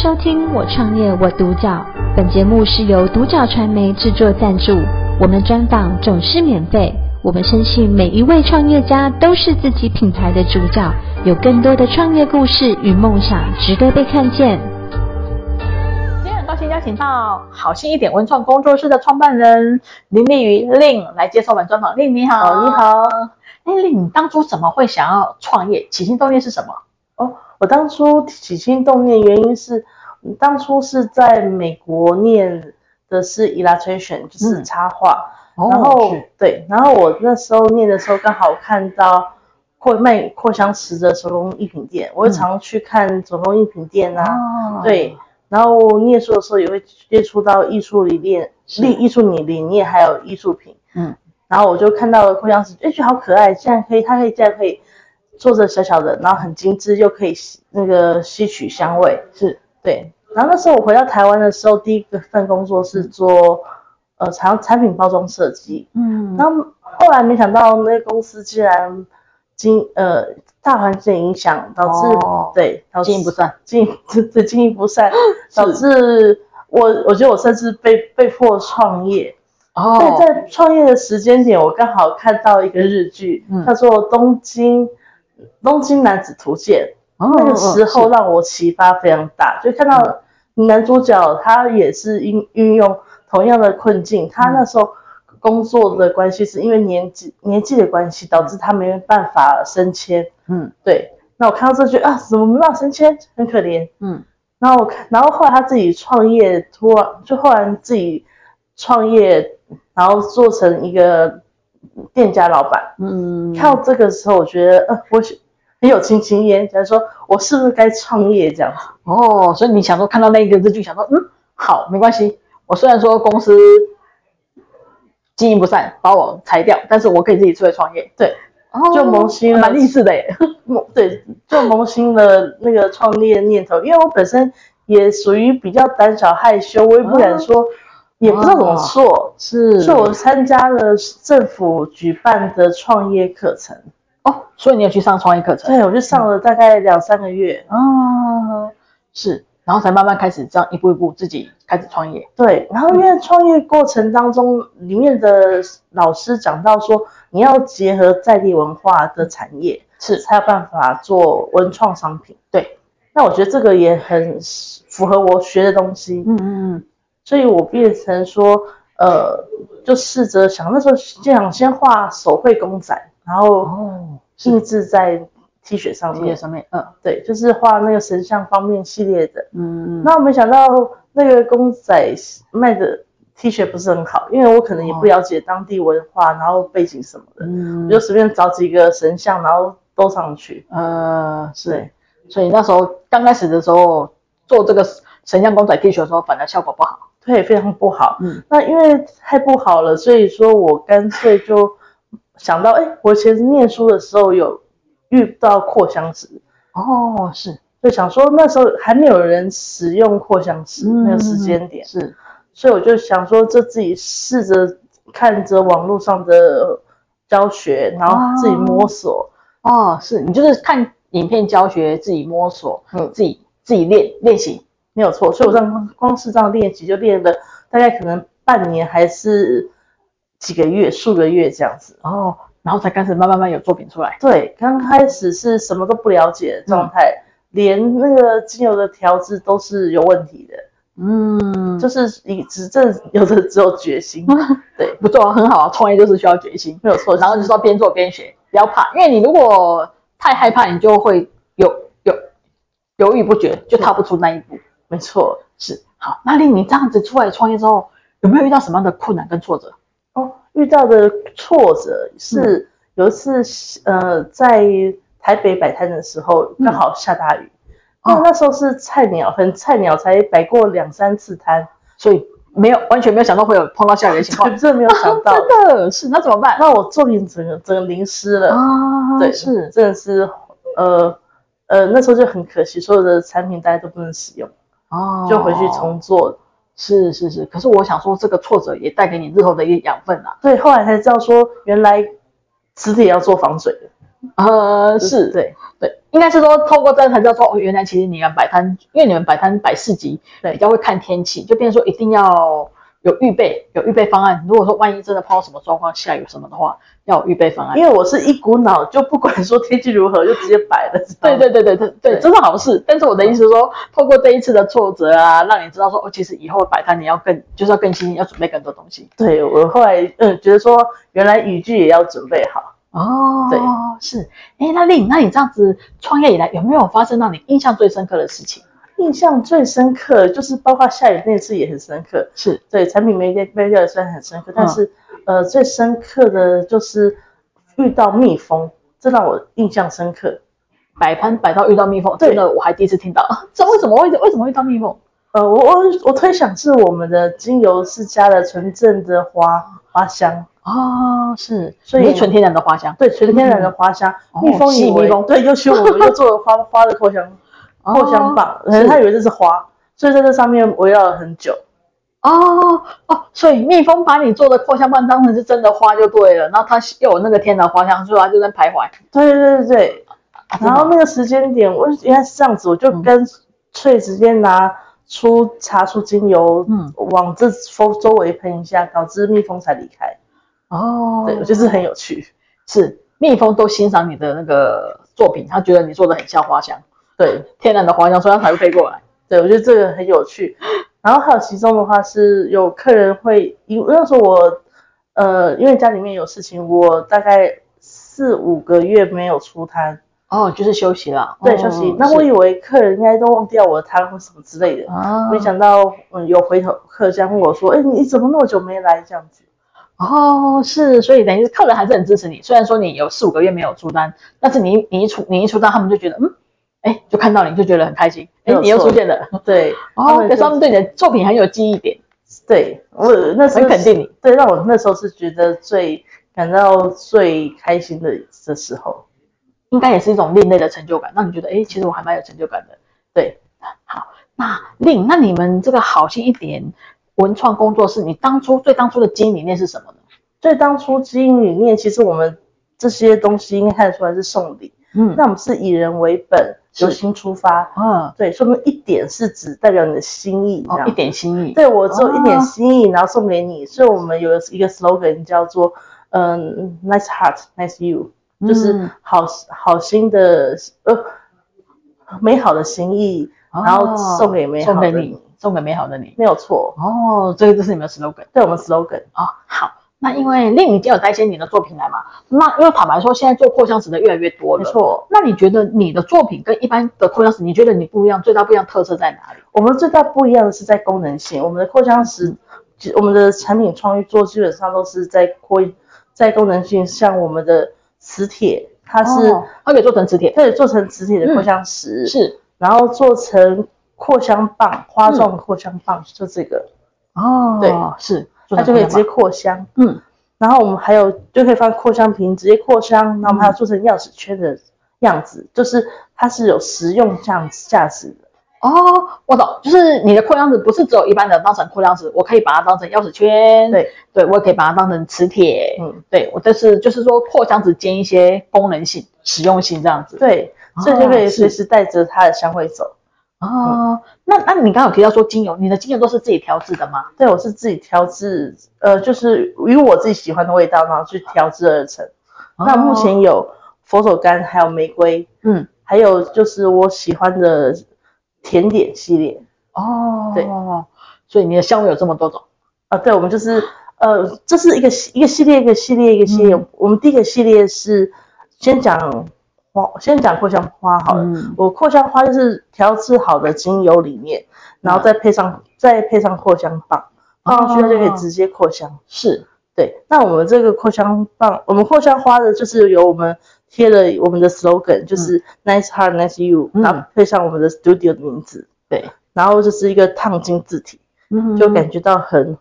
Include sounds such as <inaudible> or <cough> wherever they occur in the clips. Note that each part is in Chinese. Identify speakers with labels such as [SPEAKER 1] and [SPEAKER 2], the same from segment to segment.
[SPEAKER 1] 收听《我创业我独角》，本节目是由独角传媒制作赞助，我们专访总是免费。我们深信每一位创业家都是自己品牌的主角，有更多的创业故事与梦想值得被看见。
[SPEAKER 2] 今天很高兴邀请到好心一点文创工作室的创办人林丽瑜令来接受我们专访。令你好，
[SPEAKER 3] 哦你好。
[SPEAKER 2] 哎，令你当初怎么会想要创业？起心动念是什么？
[SPEAKER 3] 我当初起心动念原因是，嗯当初是在美国念的是 illustration，就是
[SPEAKER 2] 嗯
[SPEAKER 3] 插画。
[SPEAKER 2] 哦
[SPEAKER 3] 然后
[SPEAKER 2] 是
[SPEAKER 3] 对，然后我那时候念的时候刚好看到扩卖扩香石的手工艺品店，我
[SPEAKER 2] 嗯
[SPEAKER 3] 会常去看手工艺品店啊。
[SPEAKER 2] 哦
[SPEAKER 3] 对，然后念书的时候也会接触到艺术理念、
[SPEAKER 2] 是
[SPEAKER 3] 理艺术理理念还有艺术品。
[SPEAKER 2] 嗯，
[SPEAKER 3] 然后我就看到了扩香石，哎，觉得好可爱，竟然可以，它可以竟然可以做着小小的，然后很精致，又可以吸那个吸取香味。
[SPEAKER 2] 是
[SPEAKER 3] 对，然后那时候我回到台湾的时候，第一个份工作是做呃产产品包装设计，
[SPEAKER 2] 嗯
[SPEAKER 3] 然后后来没想到那个公司竟然经呃大环境影响导致、
[SPEAKER 2] 哦
[SPEAKER 3] 对导致
[SPEAKER 2] 经营不善，
[SPEAKER 3] <laughs> 经对经营不善，导致我我觉得我甚至被被迫创业。
[SPEAKER 2] 哦
[SPEAKER 3] 对，，在创业的时间点，我刚好看到一个日剧，
[SPEAKER 2] 嗯
[SPEAKER 3] 叫做《东京东京男子图鉴》。
[SPEAKER 2] 哦
[SPEAKER 3] 那个时候
[SPEAKER 2] 是嗯
[SPEAKER 3] 让我启发非常大，就看到男主角他也是运运用同样的困境，
[SPEAKER 2] 嗯
[SPEAKER 3] 他那时候工作的关系是因为年纪年纪的关系，导致他没办法升迁。
[SPEAKER 2] 嗯
[SPEAKER 3] 对，那我看到这句啊，怎么没办法升迁，很可怜。
[SPEAKER 2] 嗯
[SPEAKER 3] 然后我看，然后后来他自己创业，突然就后来自己创业，然后做成一个店家老板。
[SPEAKER 2] 嗯，
[SPEAKER 3] 看到这个时候，我觉得，呃，我是很有亲情耶，假如说我是不是该创业这样子？
[SPEAKER 2] 哦，所以你想说看到那一个日剧，想说嗯，好，没关系。我虽然说公司经营不善，把我裁掉，但是我可以自己出来创业。
[SPEAKER 3] 对，
[SPEAKER 2] 哦就萌新了，
[SPEAKER 3] 蛮
[SPEAKER 2] 励志的耶。
[SPEAKER 3] <laughs> 萌对，就萌新了那个创业的念头，因为我本身也属于比较胆小害羞，我也
[SPEAKER 2] 啊
[SPEAKER 3] 不敢说，也不知道怎么做，
[SPEAKER 2] 是
[SPEAKER 3] 所以我参加了政府举办的创业课程，
[SPEAKER 2] 哦，所以你有去上创业课程
[SPEAKER 3] 对我就上了大概两三个月，
[SPEAKER 2] 嗯哦，是，然后才慢慢开始这样一步一步自己开始创业。
[SPEAKER 3] 对，然后因为创业过程当中，里面的老师讲到说，你要结合在地文化的产业，
[SPEAKER 2] 是
[SPEAKER 3] 才有办法做文创商品。
[SPEAKER 2] 对，
[SPEAKER 3] 那我觉得这个也很符合我学的东西，
[SPEAKER 2] 嗯嗯嗯，
[SPEAKER 3] 所以我变成说，呃，就试着想那时候就想先画手绘公仔，然后
[SPEAKER 2] 哦，
[SPEAKER 3] 印制在 T 恤上
[SPEAKER 2] 企业
[SPEAKER 3] 面，
[SPEAKER 2] 上面，嗯
[SPEAKER 3] 对，就是画那个神像方面系列的。
[SPEAKER 2] 嗯，
[SPEAKER 3] 那我没想到那个公仔卖的 T 恤不是很好，因为我可能也不了解当地文化，然后背景什么的，
[SPEAKER 2] 哦嗯
[SPEAKER 3] 我就随便找几个神像，然后都上去。
[SPEAKER 2] 呃，是
[SPEAKER 3] 对，
[SPEAKER 2] 所以那时候刚开始的时候做这个神像公仔 T 恤的时候，反而效果不好。
[SPEAKER 3] 对，非常不好。
[SPEAKER 2] 嗯，
[SPEAKER 3] 那因为太不好了，所以说我干脆就想到，哎，我以前念书的时候有遇到扩香石，
[SPEAKER 2] 哦，是，
[SPEAKER 3] 就想说那时候还没有人使用扩香石、那个时
[SPEAKER 2] 嗯
[SPEAKER 3] 间点，
[SPEAKER 2] 是，
[SPEAKER 3] 所以我就想说，就自己试着看着网络上的教学，然后自己摸索。
[SPEAKER 2] 哦，是你就是看影片教学，自己摸索，
[SPEAKER 3] 嗯
[SPEAKER 2] 自己自己练练习。
[SPEAKER 3] 没有错，所以我这样光是这样练习就练了大概可能半年还是几个月、数个月这样子。
[SPEAKER 2] 哦，然后才开始慢慢慢慢有作品出来。
[SPEAKER 3] 对，刚开始是什么都不了解的状态，连那个精油的调制都是有问题的，
[SPEAKER 2] 嗯，
[SPEAKER 3] 就
[SPEAKER 2] 这
[SPEAKER 3] 是你只正有的只有决心，对，
[SPEAKER 2] 不错，很好啊，创业就是需要决心。
[SPEAKER 3] 没有错。
[SPEAKER 2] 然后就是要边做边学，不要怕，因为你如果太害怕，你就会有有犹豫不决，就踏不出那一步。
[SPEAKER 3] 没错，
[SPEAKER 2] 是，好，那令你这样子出来创业之后，有没有遇到什么样的困难跟挫折？
[SPEAKER 3] 哦，遇到的挫折
[SPEAKER 2] 嗯
[SPEAKER 3] 是有一次，呃，在台北摆摊的时候，
[SPEAKER 2] 嗯
[SPEAKER 3] 刚好下大雨。
[SPEAKER 2] 哦
[SPEAKER 3] 那、那时候是菜鸟，很菜鸟，才摆过两三次摊，
[SPEAKER 2] 所以没有完全没有想到会有碰到下雨的情况 <laughs>
[SPEAKER 3] 我，真的没有想到。
[SPEAKER 2] 真的是那怎么办？
[SPEAKER 3] 那我作品整个整个淋湿了，
[SPEAKER 2] 啊
[SPEAKER 3] 对，
[SPEAKER 2] 是
[SPEAKER 3] 真的是，呃呃，那时候就很可惜，所有的产品大家都不能使用，
[SPEAKER 2] 哦
[SPEAKER 3] 就回去重做。
[SPEAKER 2] 是是是，可是我想说，这个挫折也带给你日后的一个养分啊。
[SPEAKER 3] 对，后来才知道说，原来磁铁要做防水的。
[SPEAKER 2] 呃，是，
[SPEAKER 3] 对
[SPEAKER 2] 对，应该是说透过这样才知道说，哦，原来其实你们摆摊，因为你们摆摊摆市集，
[SPEAKER 3] 对
[SPEAKER 2] 比较会看天气，就变成说一定要有预备，有预备方案。如果说万一真的碰到什么状况，下雨什么的话，要有预备方案。
[SPEAKER 3] 因为我是一股脑就不管说天气如何就直接摆了，
[SPEAKER 2] 对对对对对对，
[SPEAKER 3] 对
[SPEAKER 2] 这是好事。但是我的意思是说，透过这一次的挫折啊，让你知道说，哦，其实以后摆摊你要更就是要更新，要准备更多东西。
[SPEAKER 3] 对，我后来嗯觉得说原来语句也要准备好。
[SPEAKER 2] 哦对，是。哎，那丽，那你这样子创业以来，有没有发生让你印象最深刻的事情？
[SPEAKER 3] 印象最深刻就是包括下雨那次也很深刻，
[SPEAKER 2] 是
[SPEAKER 3] 对产品没没掉也算很深刻，
[SPEAKER 2] 嗯
[SPEAKER 3] 但是、呃最深刻的就是遇到蜜蜂，这让我印象深刻。
[SPEAKER 2] 摆摊摆到遇到蜜蜂，
[SPEAKER 3] 对
[SPEAKER 2] 真的我还第一次听 <laughs> 到，这为什么会为什么会遇到蜜蜂？
[SPEAKER 3] 呃，我我我推想是我们的精油是加了纯正的花花香，
[SPEAKER 2] 哦，是，所
[SPEAKER 3] 所以
[SPEAKER 2] 以纯天然的花香，
[SPEAKER 3] 对纯天然的花香。
[SPEAKER 2] 哦
[SPEAKER 3] 蜜蜂
[SPEAKER 2] 吸
[SPEAKER 3] 以
[SPEAKER 2] 引
[SPEAKER 3] 为
[SPEAKER 2] 蜜蜂
[SPEAKER 3] 对，又去我们又做了花花的扩香扩香棒，可能他以为这哦是花，所以在这上面围绕了很久。
[SPEAKER 2] 哦哦，所以蜜蜂把你做的扩香棒当成是真的花就对了，然后它又有那个天然花香，所以它就在徘徊。
[SPEAKER 3] 对对对对，然后
[SPEAKER 2] 呢？
[SPEAKER 3] 那个时间点，我原来是这样子，我就跟翠直接拿出茶树精油，
[SPEAKER 2] 嗯
[SPEAKER 3] 往这周周围喷一下，导致蜜蜂才离开。
[SPEAKER 2] 哦，
[SPEAKER 3] 对，我觉得这很有趣。
[SPEAKER 2] 是蜜蜂都欣赏你的那个作品，它觉得你做的很像花香，
[SPEAKER 3] 对，
[SPEAKER 2] 天然的花香，所以它才会飞过来。
[SPEAKER 3] 对我觉得这个很有趣。然后还有其中的话是有客人会，因为那时候我，呃，因为家里面有事情，我大概四五个月没有出摊，
[SPEAKER 2] 哦，就是休息啦，
[SPEAKER 3] 对，
[SPEAKER 2] 哦
[SPEAKER 3] 休息。那我
[SPEAKER 2] 是
[SPEAKER 3] 以为客人应该都忘掉我的摊或什么之类的，
[SPEAKER 2] 啊，
[SPEAKER 3] 没想到，嗯，有回头客这样问我说：“哎，你怎么那么久没来？”这样子，
[SPEAKER 2] 哦，是，所以等于是客人还是很支持你，虽然说你有四五个月没有出单，但是你你一出你一出单，他们就觉得嗯，哎，就看到你就觉得很开心，
[SPEAKER 3] 没
[SPEAKER 2] 哎，
[SPEAKER 3] 有
[SPEAKER 2] 你又出
[SPEAKER 3] 错
[SPEAKER 2] 现了，
[SPEAKER 3] 对，他
[SPEAKER 2] 哦，
[SPEAKER 3] 们
[SPEAKER 2] 可是
[SPEAKER 3] 就
[SPEAKER 2] 他们对你的作品很有记忆点，
[SPEAKER 3] 对我那时候
[SPEAKER 2] 很肯定你，
[SPEAKER 3] 对，让我那时候是觉得最感到最开心的的时候。
[SPEAKER 2] 应该也是一种另类的成就感，让你觉得哎，其实我还蛮有成就感的。
[SPEAKER 3] 对，
[SPEAKER 2] 好，那另那你们这个好心一点文创工作室，你当初最当初的经营理念是什么呢？
[SPEAKER 3] 所以当初基因理念，其实我们这些东西应该看得出来是送礼，
[SPEAKER 2] 嗯
[SPEAKER 3] 那我们是以人为本，
[SPEAKER 2] 是
[SPEAKER 3] 由心出发。
[SPEAKER 2] 嗯，
[SPEAKER 3] 对，说明一点是指代表你的心意，这
[SPEAKER 2] 哦，
[SPEAKER 3] 样
[SPEAKER 2] 一点心意，
[SPEAKER 3] 对我只有一
[SPEAKER 2] 哦
[SPEAKER 3] 点心意，然后送给你。所以我们有一个 slogan 叫做嗯，nice heart, nice you，就是
[SPEAKER 2] 嗯
[SPEAKER 3] 好好心的呃美好的心意，
[SPEAKER 2] 哦
[SPEAKER 3] 然后送给美
[SPEAKER 2] 送
[SPEAKER 3] 好
[SPEAKER 2] 给
[SPEAKER 3] 的
[SPEAKER 2] 你，，送给美好的你。
[SPEAKER 3] 没有错。
[SPEAKER 2] 哦，这个就是你们的 slogan。
[SPEAKER 3] 对我们 slogan，
[SPEAKER 2] 哦，好，那因为令你已经有带一些你的作品来嘛，那因为坦白说，现在做扩香石的越来越多了。
[SPEAKER 3] 没。错。
[SPEAKER 2] 那你觉得你的作品跟一般的扩香石，你觉得你不一样，最大不一样特色在哪里？
[SPEAKER 3] 我们最大不一样的是在功能性，我们的扩香石，
[SPEAKER 2] 嗯
[SPEAKER 3] 其我们的产品创意做基本上都是在扩在功能性，像我们的磁铁，它
[SPEAKER 2] 它
[SPEAKER 3] 是、
[SPEAKER 2] 它可以做成磁铁，
[SPEAKER 3] 可以做成磁铁的扩香石，
[SPEAKER 2] 是
[SPEAKER 3] 然后做成扩香棒，花状的扩香棒，就这个，
[SPEAKER 2] 哦对，是，
[SPEAKER 3] 它就可以直接扩香。
[SPEAKER 2] 嗯，
[SPEAKER 3] 然后我们还有就可以放扩香瓶，直接扩香。然后我们还有做成钥匙圈的样子，就是它是有实用价值价值的。
[SPEAKER 2] 哦，我懂，就是你的扩香石不是只有一般的当成扩香石，我可以把它当成钥匙圈，
[SPEAKER 3] 对，
[SPEAKER 2] 对我也可以把它当成磁铁，
[SPEAKER 3] 嗯，
[SPEAKER 2] 对我就是就是说扩香石兼一些功能性、实用性这样子，
[SPEAKER 3] 对，
[SPEAKER 2] 哦
[SPEAKER 3] 所以就可以
[SPEAKER 2] 是
[SPEAKER 3] 随时带着它的香味走。嗯
[SPEAKER 2] 哦，那那你刚刚有提到说精油，你的精油都是自己调制的吗？
[SPEAKER 3] 对我是自己调制，呃，就是以我自己喜欢的味道，然后去调制而成。
[SPEAKER 2] 哦
[SPEAKER 3] 那目前有佛手柑，还有玫瑰，
[SPEAKER 2] 嗯，
[SPEAKER 3] 还有就是我喜欢的甜点系列
[SPEAKER 2] 哦，
[SPEAKER 3] 对，
[SPEAKER 2] 所以你的香味有这么多种，
[SPEAKER 3] 啊、对，我们就是呃，这是一个系一个系列，一个系列，一个系列。
[SPEAKER 2] 嗯
[SPEAKER 3] 我们第一个系列是先讲花，先讲扩香花好了。
[SPEAKER 2] 嗯
[SPEAKER 3] 我扩香花就是调制好的精油里面，然后再配上、再配上扩香棒，放上去它就可以直接扩香。
[SPEAKER 2] 哦是
[SPEAKER 3] 对，那我们这个扩香棒，我们扩香花的就是由我们贴了我们的 slogan，就是 Nice Heart Nice You，、
[SPEAKER 2] 嗯
[SPEAKER 3] 然后配上我们的 studio 的名字，
[SPEAKER 2] 对，
[SPEAKER 3] 然后就是一个烫金字体，
[SPEAKER 2] 嗯
[SPEAKER 3] 就感觉到很、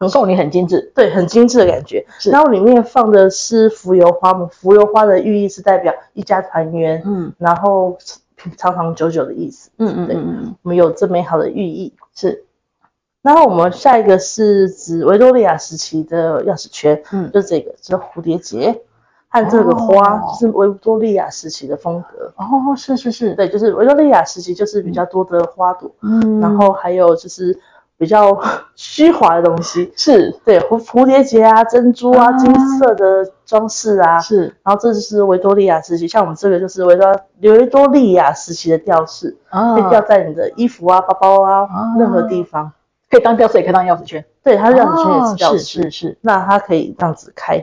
[SPEAKER 2] 很送礼很精致，
[SPEAKER 3] 对，很精致的感觉。
[SPEAKER 2] 嗯是
[SPEAKER 3] 然后里面放的是浮游花嘛，浮游花的寓意是代表一家团圆，
[SPEAKER 2] 嗯
[SPEAKER 3] 然后长长久久的意思。
[SPEAKER 2] 嗯嗯
[SPEAKER 3] 对
[SPEAKER 2] 嗯，
[SPEAKER 3] 我们有这美好的寓意。
[SPEAKER 2] 是
[SPEAKER 3] 然后我们下一个是指维多利亚时期的钥匙圈，
[SPEAKER 2] 嗯
[SPEAKER 3] 就这个，这蝴蝶结，和这个花
[SPEAKER 2] 哦
[SPEAKER 3] 就是维多利亚时期的风格。
[SPEAKER 2] 哦，是是嗯是，
[SPEAKER 3] 对，就是维多利亚时期就是比较多的花朵，
[SPEAKER 2] 嗯
[SPEAKER 3] 然后还有就是比较 <laughs> 虚华的东西，
[SPEAKER 2] 是
[SPEAKER 3] 对，蝴蝴蝶结啊、珍珠啊、
[SPEAKER 2] 啊
[SPEAKER 3] 金色的装饰啊，
[SPEAKER 2] 是
[SPEAKER 3] 然后这就是维多利亚时期，像我们这个就是维多维多利亚时期的吊饰，
[SPEAKER 2] 啊
[SPEAKER 3] 可以吊在你的衣服啊、包包
[SPEAKER 2] 啊
[SPEAKER 3] 啊任何地方。
[SPEAKER 2] 可以当吊饰，也可以当钥匙圈，
[SPEAKER 3] 对，它
[SPEAKER 2] 它
[SPEAKER 3] 让你圈也是吊
[SPEAKER 2] 哦是
[SPEAKER 3] 饰，
[SPEAKER 2] 是是，
[SPEAKER 3] 那它可以这样子开，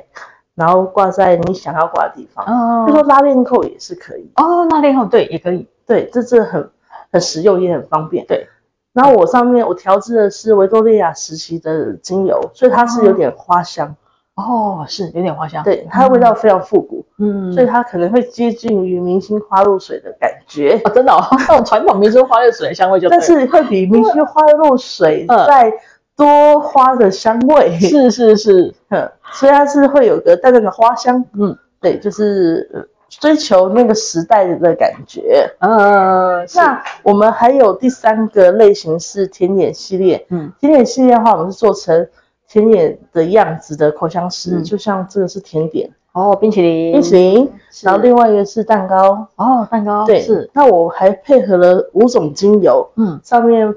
[SPEAKER 3] 然后挂在你想要挂的地方。
[SPEAKER 2] 哦
[SPEAKER 3] 比如说拉链扣也是可以，
[SPEAKER 2] 哦，拉链后对也可以，
[SPEAKER 3] 对，这这很很实用也很方便。
[SPEAKER 2] 对，
[SPEAKER 3] 然后我上面我调制的是维多利亚时期的精油，所以它是有点花香，
[SPEAKER 2] 哦，是有点花香，
[SPEAKER 3] 对，它的味道非常复古，
[SPEAKER 2] 嗯，
[SPEAKER 3] 所以它可能会接近于明星花露水的感觉。
[SPEAKER 2] 哦，真的哦， <laughs> 那种传统民族花露水的香味就对
[SPEAKER 3] 但
[SPEAKER 2] 了，
[SPEAKER 3] 是会比明星花露水
[SPEAKER 2] 嗯
[SPEAKER 3] 再多花的香味，
[SPEAKER 2] 是是是，
[SPEAKER 3] 嗯，所以它是会有个淡淡的花香，
[SPEAKER 2] 嗯
[SPEAKER 3] 对，就是呃追求那个时代的感觉。
[SPEAKER 2] 呃，是
[SPEAKER 3] 那我们还有第三个类型是甜点系列，
[SPEAKER 2] 嗯
[SPEAKER 3] 甜点系列的话，我们是做成甜点的样子的口香石，
[SPEAKER 2] 嗯
[SPEAKER 3] 就像这个是甜点
[SPEAKER 2] 哦，冰淇淋，
[SPEAKER 3] 冰淇淋，
[SPEAKER 2] 是
[SPEAKER 3] 然后另外一个是蛋糕，
[SPEAKER 2] 哦，蛋糕
[SPEAKER 3] 对，
[SPEAKER 2] 是，
[SPEAKER 3] 那我还配合了五种精油，
[SPEAKER 2] 嗯
[SPEAKER 3] 上面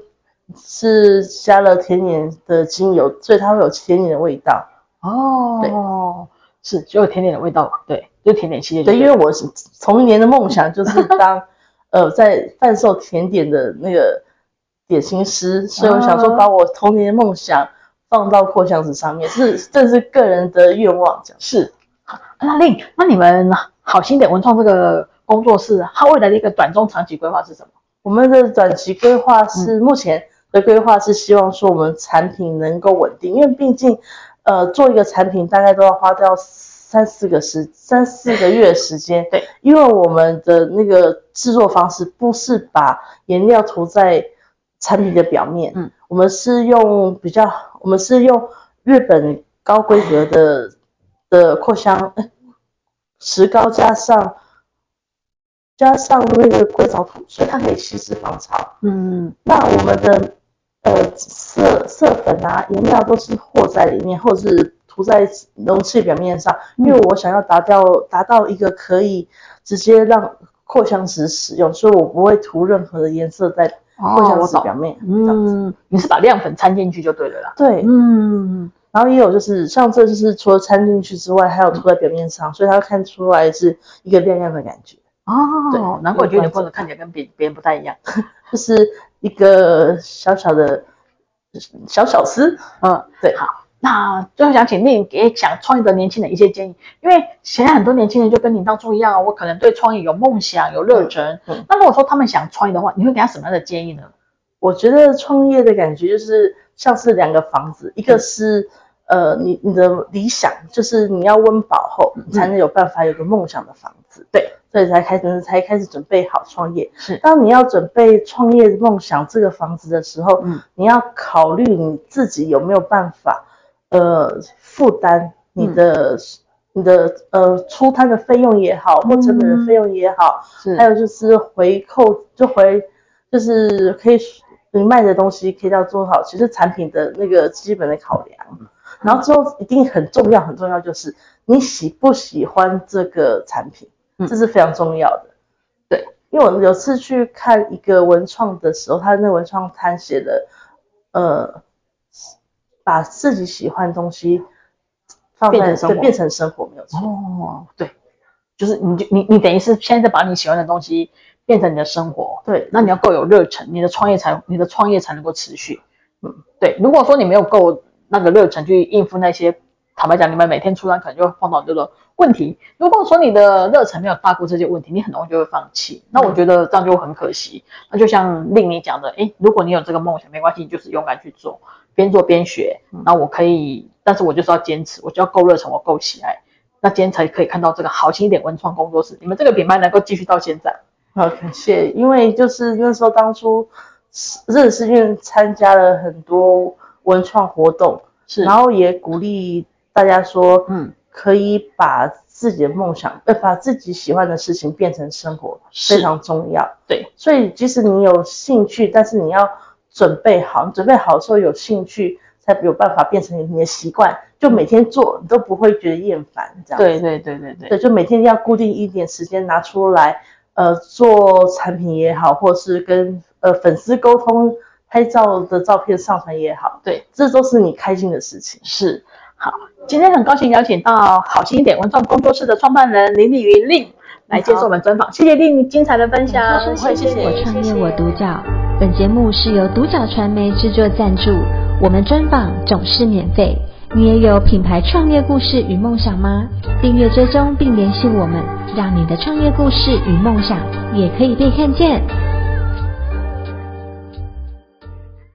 [SPEAKER 3] 是加了甜点的精油，所以它会有甜点的味道。
[SPEAKER 2] 哦，是就有甜点的味道，对，就甜点系列就
[SPEAKER 3] 对，
[SPEAKER 2] 对
[SPEAKER 3] 因
[SPEAKER 2] 了，
[SPEAKER 3] 为我是童年的梦想就是
[SPEAKER 2] <laughs>
[SPEAKER 3] 当呃在贩售甜点的那个点心师，所以我想说
[SPEAKER 2] 啊
[SPEAKER 3] 把我童年的梦想放到扩香纸上面，是这是个人的愿望，这样
[SPEAKER 2] 是。那令，那你们好心点文创这个工作室，它未来的一个短中长期规划是什么？
[SPEAKER 3] 我们的短期规划
[SPEAKER 2] 嗯
[SPEAKER 3] 是、目前的规划是希望说我们产品能够稳定，因为毕竟，呃，做一个产品大概都要花掉三四个时三四个月时间。
[SPEAKER 2] 对，
[SPEAKER 3] <laughs> 因为我们的那个制作方式不是把颜料涂在产品的表面，
[SPEAKER 2] 嗯，
[SPEAKER 3] 我们是用比较，我们是用日本高规格的的扩香呃石膏加上。加上那个硅藻土，所以它可以吸湿防潮。
[SPEAKER 2] 嗯，
[SPEAKER 3] 那我们的呃色色粉啊、颜料都是和在里面，或者是涂在容器表面上，因为我想要达到达到一个可以直接让扩香石使用，所以我不会涂任何的颜色在扩
[SPEAKER 2] 哦，
[SPEAKER 3] 香
[SPEAKER 2] 我
[SPEAKER 3] 石
[SPEAKER 2] 懂
[SPEAKER 3] 表，面。这样子
[SPEAKER 2] 嗯，你是把亮粉掺进去就对了啦。
[SPEAKER 3] 对，
[SPEAKER 2] 嗯，
[SPEAKER 3] 然后也有就是像这就是除了掺进去之外，还有涂在表面上，所以它看出来是一个亮亮的感觉，
[SPEAKER 2] 哦，
[SPEAKER 3] 对
[SPEAKER 2] 难怪我觉得你的风格看起来跟别别人不太一样。
[SPEAKER 3] 就是一个小小的小小丝，
[SPEAKER 2] 嗯，
[SPEAKER 3] 对，
[SPEAKER 2] 那最后想请令给想创业的年轻人一些建议，因为现在很多年轻人就跟你当初一样啊，我可能对创业有梦想、有热忱。
[SPEAKER 3] 嗯嗯
[SPEAKER 2] 那如果说他们想创业的话，你会给他什么样的建议呢？
[SPEAKER 3] 我觉得创业的感觉就是像是两个房子，一个是呃你你的理想，就是你要温饱后，你才能有办法有个梦想的房子，
[SPEAKER 2] 对，
[SPEAKER 3] 所以才开始才开始准备好创业。
[SPEAKER 2] 是
[SPEAKER 3] 当你要准备创业梦想这个房子的时候，
[SPEAKER 2] 嗯
[SPEAKER 3] 你要考虑你自己有没有办法呃负担你的、你的呃出摊的费用也好，或成本的费用也好，
[SPEAKER 2] 是
[SPEAKER 3] 还有就是回扣，就回就是可以你卖的东西可以到多少，其实产品的那个基本的考量。
[SPEAKER 2] 嗯
[SPEAKER 3] 然后之后一定很重要，很重要就是你喜不喜欢这个产品，
[SPEAKER 2] 嗯
[SPEAKER 3] 这是非常重要的。
[SPEAKER 2] 对，
[SPEAKER 3] 因为我有次去看一个文创的时候，他那文创摊写的，呃，把自己喜欢的东西放在
[SPEAKER 2] 变成生活
[SPEAKER 3] 对变成生活没有错。
[SPEAKER 2] 哦，对，就是你就你你等于是现在把你喜欢的东西变成你的生活，
[SPEAKER 3] 对，
[SPEAKER 2] 那你要够有热忱，你的创业才你的创业才能够持续。
[SPEAKER 3] 嗯，
[SPEAKER 2] 对，如果说你没有够那个热忱去应付那些，坦白讲，你们每天出单可能就会碰到这个问题。如果说你的热忱没有大过这些问题，你很容易就会放弃。那我觉得这样就很可惜。那就像令你讲的，诶，如果你有这个梦想，没关系，你就是勇敢去做，边做边学。那我可以，但是我就是要坚持，我就要够热忱，我够喜爱。那今天才可以看到这个好心一点文创工作室，你们这个品牌能够继续到现在。
[SPEAKER 3] 好，感谢。因为就是那时候当初认识院参加了很多文创活动，
[SPEAKER 2] 是
[SPEAKER 3] 然后也鼓励大家说，
[SPEAKER 2] 嗯，
[SPEAKER 3] 可以把自己的梦想，呃，把自己喜欢的事情变成生活，
[SPEAKER 2] 是
[SPEAKER 3] 非常重要。
[SPEAKER 2] 对，
[SPEAKER 3] 所以即使你有兴趣，但是你要准备好，你准备好之后有兴趣，才有办法变成你的习惯，就每天做，你都不会觉得厌烦这样。
[SPEAKER 2] 嗯对对对对对
[SPEAKER 3] 对，就每天要固定一点时间拿出来，呃，做产品也好，或是跟呃粉丝沟通、拍照的照片上传也好，
[SPEAKER 2] 对，
[SPEAKER 3] 这都是你开心的事情。
[SPEAKER 2] 是。好，今天很高兴邀请到好心一点文创工作室的创办人林丽云令来接受我们专访，谢谢令精彩的分享，
[SPEAKER 1] 不会
[SPEAKER 2] 谢谢
[SPEAKER 1] 我创业我独角。本节目是由独角传媒制作赞助，我们专访总是免费。你也有品牌创业故事与梦想吗？订阅追踪并联系我们，让你的创业故事与梦想也可以被看见。